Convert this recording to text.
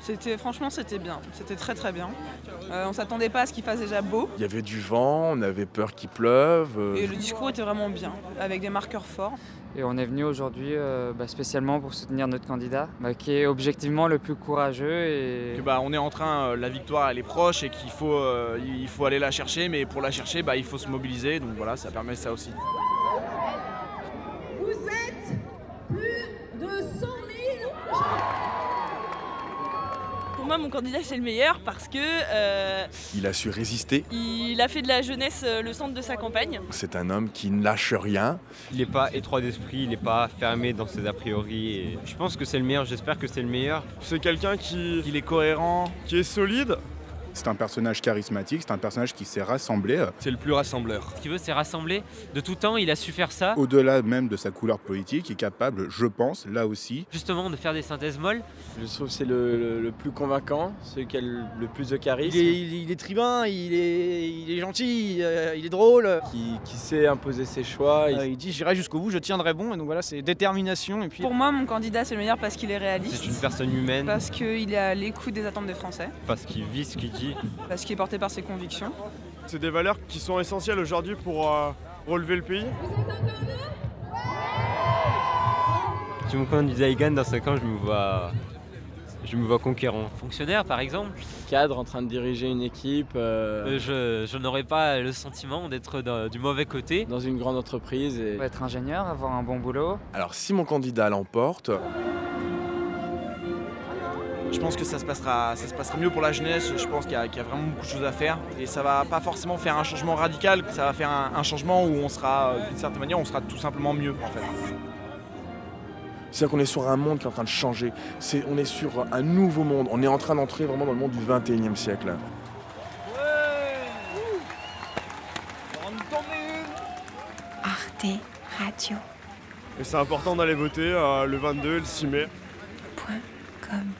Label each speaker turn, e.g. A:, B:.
A: C'était franchement c'était bien, c'était très très bien. Euh, on s'attendait pas à ce qu'il fasse déjà beau.
B: Il y avait du vent, on avait peur qu'il pleuve. euh,
A: Et le discours était vraiment bien, avec des marqueurs forts.
C: Et on est venu aujourd'hui euh, bah, spécialement pour soutenir notre candidat, bah, qui est objectivement le plus courageux et
D: que, bah, on est en train, euh, la victoire elle est proche et qu'il faut, euh, il faut aller la chercher, mais pour la chercher, bah, il faut se mobiliser, donc voilà, ça permet ça aussi.
E: Vous êtes plus de 100 000
F: Pour moi, mon candidat, c'est le meilleur parce que euh,
B: Il a su résister.
F: il a fait de la jeunesse euh, le centre de sa campagne.
B: C'est un homme qui ne lâche rien.
G: Il n'est pas étroit d'esprit, il n'est pas fermé dans ses a priori. Et je pense que c'est le meilleur, j'espère que c'est le meilleur.
H: C'est quelqu'un qui,
D: Il est cohérent,
H: qui est solide.
I: C'est un personnage charismatique, c'est un personnage qui s'est rassemblé euh,
D: c'est le plus rassembleur.
J: Ce qu'il veut, c'est rassembler. De tout temps, il a su faire ça.
I: au-delà même de sa couleur politique, est capable, je pense, là aussi,
J: Justement, de faire des synthèses molles.
G: Je trouve que c'est le, plus convaincant, celui qui a le, plus de
K: Il
G: charisme,
K: est, il est- il est tribun, il est, il est gentil, euh, il est drôle.
G: qui, sait imposer ses choix.
K: Euh, il dit j'irai jusqu'au bout, je tiendrai bon. Et donc voilà, c'est détermination. Et puis
A: Pour moi, mon candidat c'est le meilleur parce qu'il est réaliste,
G: C'est une personne humaine
A: parce qu'il est à l'écoute des attentes des Français,
G: parce qu'il vit ce qu'il dit.
A: parce qu'il est porté par ses convictions.
H: C'est des valeurs qui sont essentielles aujourd'hui pour euh, relever le pays.
G: Si mon candidat il gagne dans 5 ans, je me vois, je me vois conquérant.
J: Fonctionnaire, par exemple.
G: Cadre en train de diriger une équipe
J: Euh, je je n'aurais pas le sentiment d'être d'un- du mauvais côté.
G: dans une grande entreprise. Et...
C: pour être ingénieur, avoir un bon boulot.
B: Alors si mon candidat l'emporte,
D: Je pense que ça se passera, ça se passera mieux pour la jeunesse. Je pense qu'il y, a- qu'il y a vraiment beaucoup de choses à faire et ça va pas forcément faire un changement radical. Ça va faire un, un changement où on sera, euh, d'une certaine manière, on sera tout simplement mieux en fait.
B: c'est-à-dire qu'on est sur un monde qui est en train de changer. C'est- on est sur un nouveau monde. On est en train d'entrer vraiment dans le monde du 21e siècle.
E: Arte Radio.
H: Et c'est important d'aller voter euh, le 22 et le 6 mai.
E: Comme